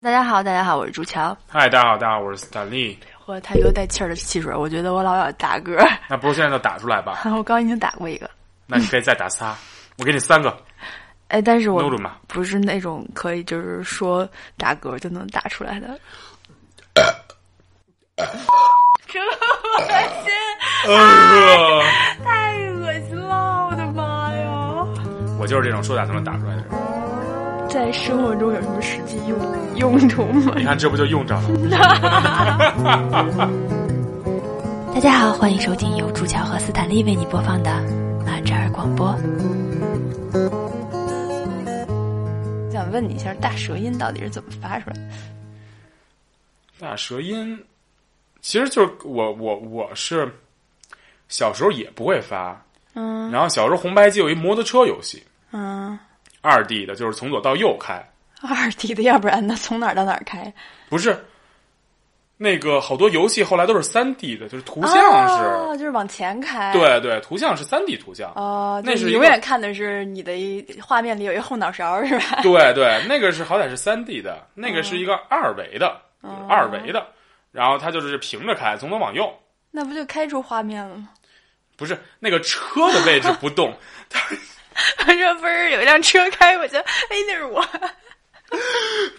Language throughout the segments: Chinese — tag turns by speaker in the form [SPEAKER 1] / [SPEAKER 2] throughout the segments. [SPEAKER 1] 大家好，大家好，我是朱乔，
[SPEAKER 2] 嗨，大家好，大家好，我是斯坦利。
[SPEAKER 1] 喝太多带气儿的汽水，我觉得我老要打嗝。
[SPEAKER 2] 那不如现在就打出来吧？
[SPEAKER 1] 我刚已经打过一个，
[SPEAKER 2] 那你可以再打仨，我给你三个，
[SPEAKER 1] 哎，但是我
[SPEAKER 2] 搂住嘛。
[SPEAKER 1] 不是那种可以就是说打嗝就能打出来的。这恶心，啊
[SPEAKER 2] 呃，
[SPEAKER 1] 太恶心了，我的妈呀！
[SPEAKER 2] 我就是这种说打就能打出来的人。
[SPEAKER 1] 在生活中有什么实际用用途吗？
[SPEAKER 2] 你看，这不就用着了？
[SPEAKER 1] 大家好，欢迎收听由朱乔和斯坦利为你播放的马扎尔广播。想问你一下，大舌音到底是怎么发出来的？
[SPEAKER 2] 大舌音，其实就是我我我是小时候也不会发，
[SPEAKER 1] 嗯
[SPEAKER 2] 然后小时候红白机有一摩托车游戏，
[SPEAKER 1] 嗯，
[SPEAKER 2] 二 D 的，就是从左到右开，
[SPEAKER 1] 二 D 的，要不然呢，从哪儿到哪儿开？
[SPEAKER 2] 不是那个好多游戏后来都是三 D 的，就是图像是，
[SPEAKER 1] 哦、就是往前开。，
[SPEAKER 2] 对对，图像是三 D 图像。
[SPEAKER 1] 哦、
[SPEAKER 2] 那
[SPEAKER 1] 就是你
[SPEAKER 2] 一
[SPEAKER 1] 永
[SPEAKER 2] 个
[SPEAKER 1] 远看的是你的一画面里有一后脑勺，是吧？
[SPEAKER 2] 对对，那个是好歹是三 D 的，那个是一个二维的，就是二维的，然后它就是平着开，从左往右，
[SPEAKER 1] 那不就开出画面了吗？
[SPEAKER 2] 不是那个车的位置不动，
[SPEAKER 1] 这不是有一辆车开过去，哎，那是我。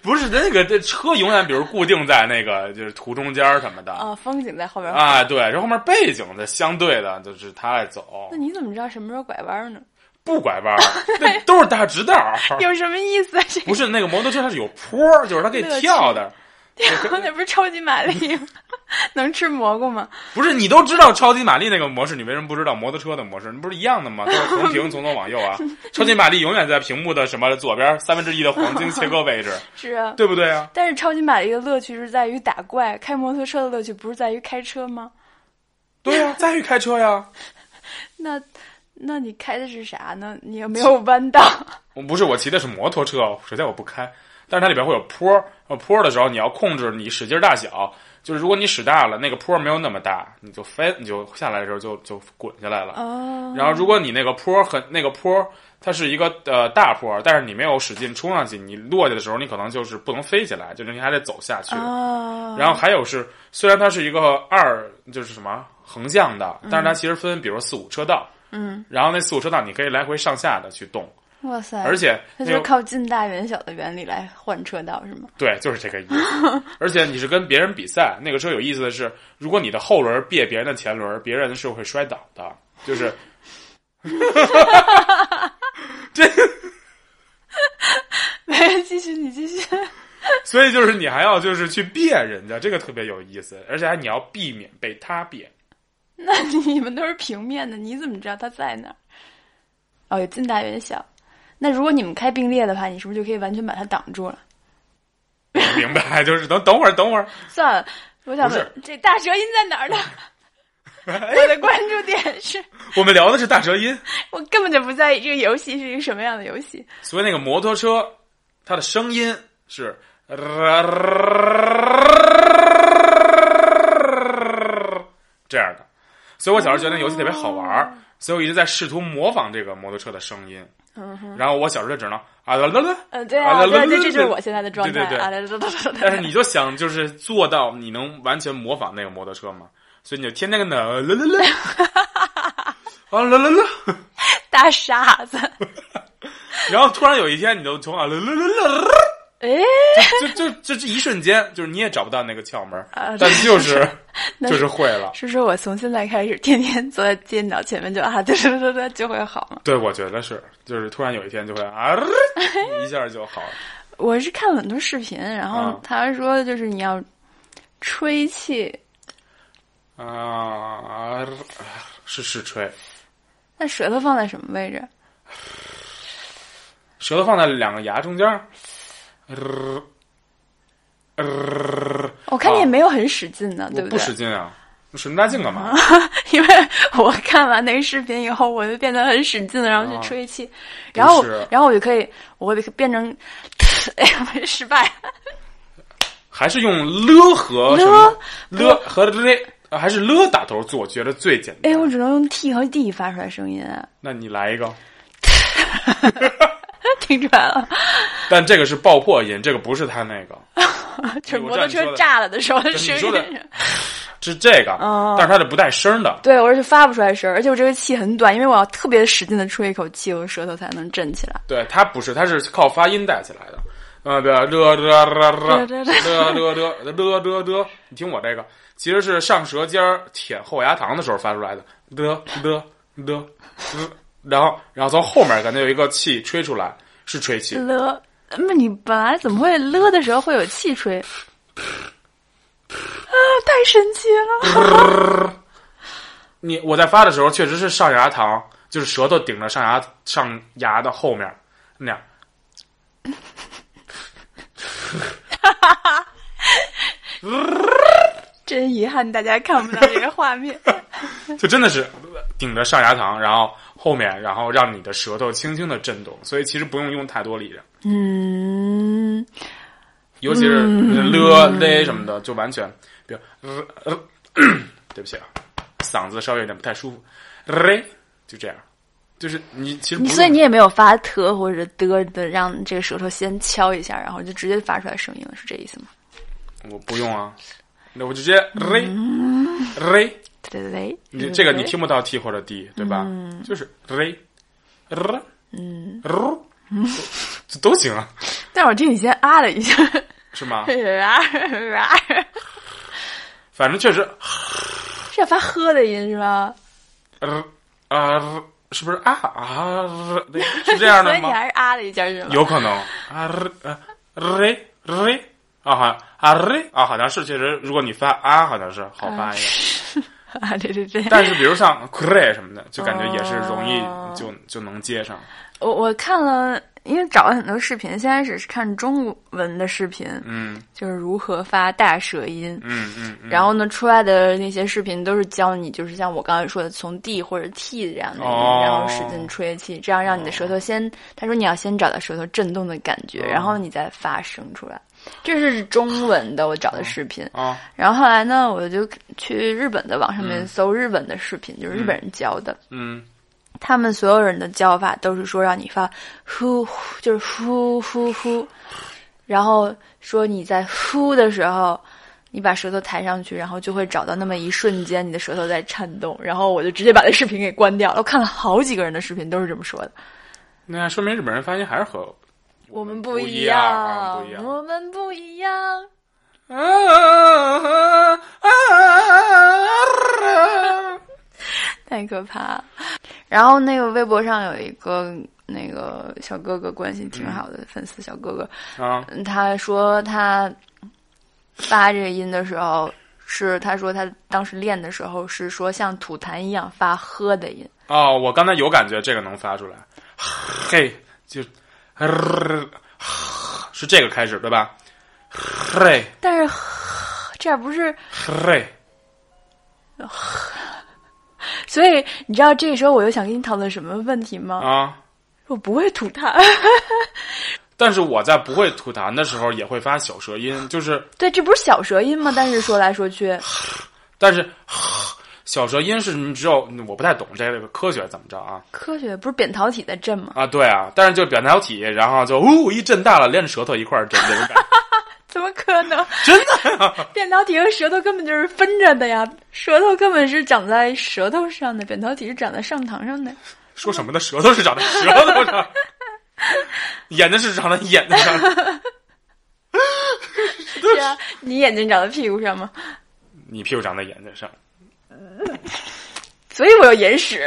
[SPEAKER 2] 不是那个这车永远比如固定在那个就是途中间儿什么的
[SPEAKER 1] 啊、风景在后边。
[SPEAKER 2] 啊，对，然后后面背景的相对的就是它爱走
[SPEAKER 1] 那，你怎么知道什么时候拐弯呢？
[SPEAKER 2] 不拐弯儿，那都是大直道儿，
[SPEAKER 1] 有什么意思啊？这个
[SPEAKER 2] 不是那个摩托车它是有坡儿，就是它可以
[SPEAKER 1] 乐趣
[SPEAKER 2] 跳的。
[SPEAKER 1] 那不是超级玛丽吗？ 能吃蘑菇吗？
[SPEAKER 2] 不是你都知道超级玛丽那个模式，你为什么不知道摩托车的模式？那不是一样的吗？ 都是从屏从左往右啊。超级玛丽永远在屏幕的什么左边三分之一的黄金切割位置，
[SPEAKER 1] 是啊。
[SPEAKER 2] 对不对啊？
[SPEAKER 1] 但是超级玛丽的乐趣是在于打怪，开摩托车的乐趣不是在于开车吗？
[SPEAKER 2] 对呀、再去开车呀。
[SPEAKER 1] 那，那你开的是啥呢？你有没有弯道？
[SPEAKER 2] 我不是我骑的是摩托车，首先我不开，但是它里边会有坡儿，呃坡儿的时候你要控制你使劲儿大小，就是如果你使大了，那个坡儿没有那么大，你就飞，你就下来的时候就就滚下来了。
[SPEAKER 1] 哦，
[SPEAKER 2] 然后，如果你那个坡很那个坡，它是一个呃大坡，但是你没有使劲冲上去，你落下的时候，你可能就是不能飞起来，就是你还得走下去。
[SPEAKER 1] 哦，
[SPEAKER 2] 然后还有是，虽然它是一个二，就是什么横向的，但是它其实分，比如说四五车道，
[SPEAKER 1] 嗯，
[SPEAKER 2] 然后那四五车道你可以来回上下的去动，
[SPEAKER 1] 哇塞，
[SPEAKER 2] 而且
[SPEAKER 1] 哎它
[SPEAKER 2] 那
[SPEAKER 1] 就是
[SPEAKER 2] 个
[SPEAKER 1] 靠近大远小的原理来换车道是 吗？
[SPEAKER 2] 对，就是这个意 思。而且你是跟别人比赛，那个车有意思的是，如果你的后轮别别人的前轮，别人是会摔倒的，就是。这
[SPEAKER 1] 没，继续，你继续。
[SPEAKER 2] 所以就是你还要就是去别人家，这个特别有意思，而且还你要避免被他别。
[SPEAKER 1] 那你们都是平面的，你怎么知道它在哪儿？哦，有近大远小。那如果你们开并列的话，你是不是就可以完全把它挡住了？
[SPEAKER 2] 明白？就是等等会儿，等会儿，
[SPEAKER 1] 算了，我想
[SPEAKER 2] 不
[SPEAKER 1] 问
[SPEAKER 2] 是，
[SPEAKER 1] 这大舌音在哪 儿呢？我的关注点是
[SPEAKER 2] 我们聊的是大舌音，
[SPEAKER 1] 我根本就不在意这个游戏是一个什么样的游戏。
[SPEAKER 2] 所以那个摩托车它的声音是， 这样的，所以我小时候觉得那游戏特别好玩儿，所以我一直在试图模仿这个摩托车的声音。
[SPEAKER 1] 嗯哼，
[SPEAKER 2] 然后我小时候就只能啊啦啦啦，
[SPEAKER 1] 呃，对
[SPEAKER 2] 啊
[SPEAKER 1] 啊，
[SPEAKER 2] 啦
[SPEAKER 1] 对啊，
[SPEAKER 2] 啦
[SPEAKER 1] 对，
[SPEAKER 2] 啦
[SPEAKER 1] 这就是我现在的状态
[SPEAKER 2] 对对对
[SPEAKER 1] 啊。对对对对对
[SPEAKER 2] 但是你就想就是做到你能完全模仿那个摩托车嘛，所以你就天天跟那啦啦啦，啊啦啦啦，
[SPEAKER 1] 大傻 子，
[SPEAKER 2] 然后突然有一天你就从啊啦啦啦啦，
[SPEAKER 1] 哎，
[SPEAKER 2] 就就就这一瞬间，就是你也找不到那个窍门
[SPEAKER 1] 啊，
[SPEAKER 2] 但就是
[SPEAKER 1] 那
[SPEAKER 2] 就是会了。
[SPEAKER 1] 是说我从现在开始天天坐在电脑前面就啊，对对对对，就会好吗？
[SPEAKER 2] 对，我觉得是，就是突然有一天就会啊，一下就好了。
[SPEAKER 1] 我是看了很多视频，然后
[SPEAKER 2] 啊
[SPEAKER 1] 他说就是你要吹气，
[SPEAKER 2] 啊，是是吹，
[SPEAKER 1] 那舌头放在什么位置？
[SPEAKER 2] 舌头放在两个牙中间儿，呃呃，
[SPEAKER 1] 我看你
[SPEAKER 2] 啊
[SPEAKER 1] 也没有很使劲呢，
[SPEAKER 2] 我
[SPEAKER 1] 对对？
[SPEAKER 2] 不使劲啊，你使那么大劲干 嘛？
[SPEAKER 1] 因为我看完那个视频以后，我就变得很使劲，然后去吹气，然
[SPEAKER 2] 啊不
[SPEAKER 1] 后
[SPEAKER 2] 是
[SPEAKER 1] 然后我就可以，我就变成， 哎呀，我失败了，
[SPEAKER 2] 还是用了和什么
[SPEAKER 1] 了
[SPEAKER 2] 了和嘞，呃还是了打头做，觉得最简单。
[SPEAKER 1] 哎，我只能用 t 和 d 发出来声音啊，
[SPEAKER 2] 那你来一个，
[SPEAKER 1] 听出来了，
[SPEAKER 2] 但这个是爆破音，这个不是他那个，
[SPEAKER 1] 就是
[SPEAKER 2] 哎我
[SPEAKER 1] 摩
[SPEAKER 2] 知
[SPEAKER 1] 托
[SPEAKER 2] 道你说
[SPEAKER 1] 车
[SPEAKER 2] 的
[SPEAKER 1] 炸了的时候的
[SPEAKER 2] 是
[SPEAKER 1] 声音。
[SPEAKER 2] 你说的 是这个，
[SPEAKER 1] 哦
[SPEAKER 2] 但是它是不带声的。
[SPEAKER 1] 对，我是发不出来声儿，而且我这个气很短，因为我要特别使劲的出一口气，我的舌头才能震起来。
[SPEAKER 2] 对，它不是，它是靠发音带起来的。呃，的了了了了了
[SPEAKER 1] 对对
[SPEAKER 2] 了了了了了，你听我这个，其实是上舌尖儿舔后牙膛的时候发出来的了了了了，然后然后从后面感觉有一个气吹出来，是吹气，
[SPEAKER 1] 了，那你本来怎么会了的时候会有气吹？啊，太神奇了！
[SPEAKER 2] 你我在发的时候确实是上牙膛，就是舌头顶着上牙上牙的后面那样。
[SPEAKER 1] 真遗憾，大家看不到这个画面。嗯
[SPEAKER 2] 就真的是顶着上牙膛，然后后面，然后让你的舌头轻轻的震动，所以其实不用用太多力量，
[SPEAKER 1] 嗯，
[SPEAKER 2] 尤其是了嘞什么的，就完全，比如、呃呃， 对不起啊，嗓子稍微有点不太舒服，嘞，就这样，就是你其实不
[SPEAKER 1] 你
[SPEAKER 2] 用
[SPEAKER 1] 所以你也没有发特或者的的，让这个舌头先敲一下，然后就直接发出来声音了，是这意思吗？
[SPEAKER 2] 我不用啊，那我直接嘞
[SPEAKER 1] 嗯
[SPEAKER 2] 嘞，
[SPEAKER 1] 对对对，
[SPEAKER 2] 你这个
[SPEAKER 1] 嗯哎
[SPEAKER 2] 你听不到 t 或者 d 对吧？就是嘞，呃，嗯，这都 行啊，
[SPEAKER 1] 但是我听你先啊了一 下，
[SPEAKER 2] 是吗？
[SPEAKER 1] 啊啊，
[SPEAKER 2] 反正确实。
[SPEAKER 1] 是啊要发呵的音是吧？
[SPEAKER 2] 呃啊，是不是啊啊？对是这样
[SPEAKER 1] 所
[SPEAKER 2] 的
[SPEAKER 1] 以你
[SPEAKER 2] 吗？
[SPEAKER 1] 还是啊了一下是吗？
[SPEAKER 2] 有可能啊啊嘞嘞啊好啊嘞啊，好像是确实，如果你发啊，好像是好发一点。
[SPEAKER 1] 啊，对对对。
[SPEAKER 2] 但是比 如像 cray 什么的，就感觉也是容易
[SPEAKER 1] 哦
[SPEAKER 2] 就就能接上。
[SPEAKER 1] 我我看了，因为找了很多视频，先开始是看中文的视频，
[SPEAKER 2] 嗯
[SPEAKER 1] 就是如何发大舌音。
[SPEAKER 2] 嗯嗯嗯。
[SPEAKER 1] 然后呢，出来的那些视频都是教你，就是像我刚才说的，从 D 或者 T 这样的音，
[SPEAKER 2] 哦
[SPEAKER 1] 然后使劲吹气，这样让你的舌头先，他说你要先找到舌头震动的感
[SPEAKER 2] 嗯
[SPEAKER 1] 觉，然后你再发声出来。这是中文的，我找的视频。
[SPEAKER 2] 啊
[SPEAKER 1] 然后后来呢，我就去日本的网上面搜日本的视频，就是日本人教的。
[SPEAKER 2] 嗯
[SPEAKER 1] 他们所有人的叫法都是说让你发呼，呼就是呼呼呼，然后说你在呼的时候，你把舌头抬上去，然后就会找到那么一瞬间你的舌头在颤动，然后我就直接把这视频给关掉了。我看了好几个人的视频都是这么说的。
[SPEAKER 2] 那说明日本人发音还是和
[SPEAKER 1] 我们
[SPEAKER 2] 不一
[SPEAKER 1] 一
[SPEAKER 2] 样啊不一样
[SPEAKER 1] 我们不一样。
[SPEAKER 2] 啊啊啊！
[SPEAKER 1] 太可怕了。然后那个微博上有一个那个小哥哥关系挺好的粉丝小哥哥，
[SPEAKER 2] 啊
[SPEAKER 1] 嗯他说他发这个音的时候是，他说他当时练的时候是说像吐痰一样发呵的音，
[SPEAKER 2] 哦，我刚才有感觉，这个能发出来，嘿，就，是这个开始对吧？嘿
[SPEAKER 1] 但是呵这样不是，
[SPEAKER 2] 嘿，
[SPEAKER 1] 所以你知道这个时候我又想跟你讨论什么问题吗？
[SPEAKER 2] 啊！
[SPEAKER 1] 我不会吐痰，
[SPEAKER 2] 但是我在不会吐痰的时候也会发小舌音，就是，
[SPEAKER 1] 对，这不是小舌音吗？但是说来说去，
[SPEAKER 2] 但是小舌音是你只有我不太懂这个科学怎么着啊
[SPEAKER 1] 科学不是扁桃体在震吗？
[SPEAKER 2] 啊对啊，但是就扁桃体，然后就呜一震大了，连着舌头一块儿震，这种感觉
[SPEAKER 1] 怎么可能？真的、扁桃体和舌头根本就是分着的呀，舌头根本是长在舌头上的，扁桃体是长在上膛上的。
[SPEAKER 2] 说什么呢？舌头是长在舌头上，眼睛是长在眼睛上。
[SPEAKER 1] 对啊， 你眼睛长在屁股上吗？
[SPEAKER 2] 你屁股长在眼睛上，
[SPEAKER 1] 所以我有眼 屎。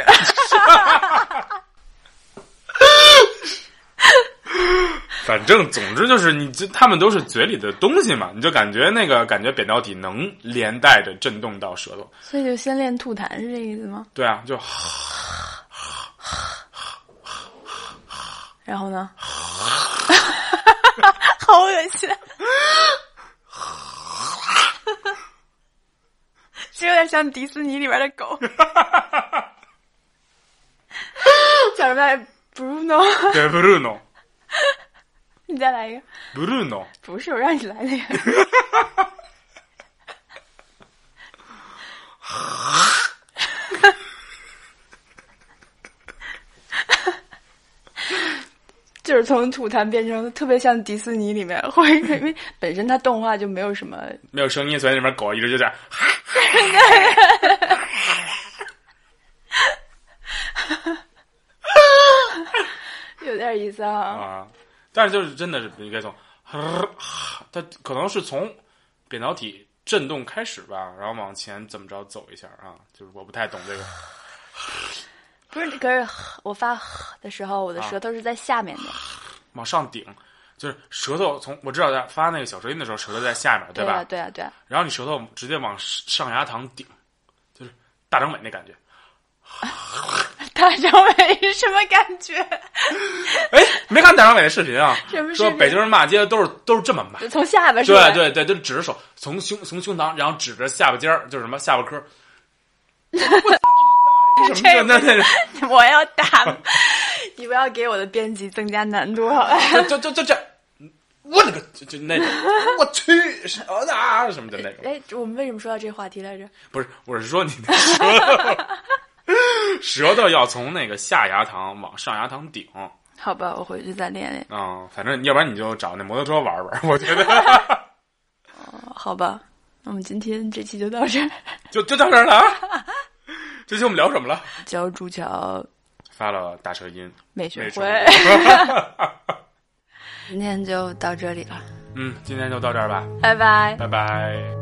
[SPEAKER 2] 反正总之就是你这他们都是嘴里的东西嘛，你就感觉那个感觉扁桃体能连带着震动到舌头。
[SPEAKER 1] 所以就先练吐痰是这意思吗？
[SPEAKER 2] 对啊，就
[SPEAKER 1] 然后呢？好恶心，这有点像迪士尼里边的狗，叫什么来着？Bruno，
[SPEAKER 2] 对 Bruno
[SPEAKER 1] 你再来一个。
[SPEAKER 2] Bruno
[SPEAKER 1] 不是我让你来的呀。 就是从吐痰变成特别像迪士尼里面会，因为本身它动画就没有什么，
[SPEAKER 2] 没有声音，所以那边狗一直就在。
[SPEAKER 1] 有点意思啊。
[SPEAKER 2] 啊，但是就是真的是应该从，它可能是从扁桃体震动开始吧，然后往前怎么着走一下啊，就是我不太懂这个。
[SPEAKER 1] 不是，可是我发的时候，我
[SPEAKER 2] 啊
[SPEAKER 1] 的舌头是在下面的，
[SPEAKER 2] 往上顶，就是舌头从我知道在发那个小舌音的时候，舌头在下面，
[SPEAKER 1] 对
[SPEAKER 2] 吧？
[SPEAKER 1] 啊，对啊，对啊。
[SPEAKER 2] 然后你舌头直接往上牙膛顶，就是大张伟那感觉。
[SPEAKER 1] 大张伟是什么感觉？
[SPEAKER 2] 哎，没看大张伟的视频啊？
[SPEAKER 1] 什么视
[SPEAKER 2] 说
[SPEAKER 1] 频
[SPEAKER 2] 北京人骂街都是都是这么骂，
[SPEAKER 1] 就从下巴是吧？
[SPEAKER 2] 对对对，就指着手，从胸从胸膛，然后指着下巴尖儿，就是什么下巴 颏儿。我操你大爷！什么那那
[SPEAKER 1] 对， 我要打。你不要给我的编辑增加难度好吧？
[SPEAKER 2] 那就就就这，嗯我勒个就就那种，我去什么的啊什么的那种，
[SPEAKER 1] 哎，我们为什么说到这个话题来着？
[SPEAKER 2] 不是，我是说你的舌头，舌头要从那个下牙膛往上牙膛顶啊、
[SPEAKER 1] 好吧，我回去再练练。
[SPEAKER 2] 反正要不然你就找那摩托车玩玩，我觉得
[SPEAKER 1] 好吧，那我们今天这期就到这儿。
[SPEAKER 2] 就就到这儿了啊。这期我们聊什么了？
[SPEAKER 1] 教朱桥
[SPEAKER 2] 发了大舌音，
[SPEAKER 1] 美学
[SPEAKER 2] 没
[SPEAKER 1] 会， 今天就到这里了，
[SPEAKER 2] 嗯，今天就到这儿吧，
[SPEAKER 1] 拜拜。
[SPEAKER 2] 拜拜。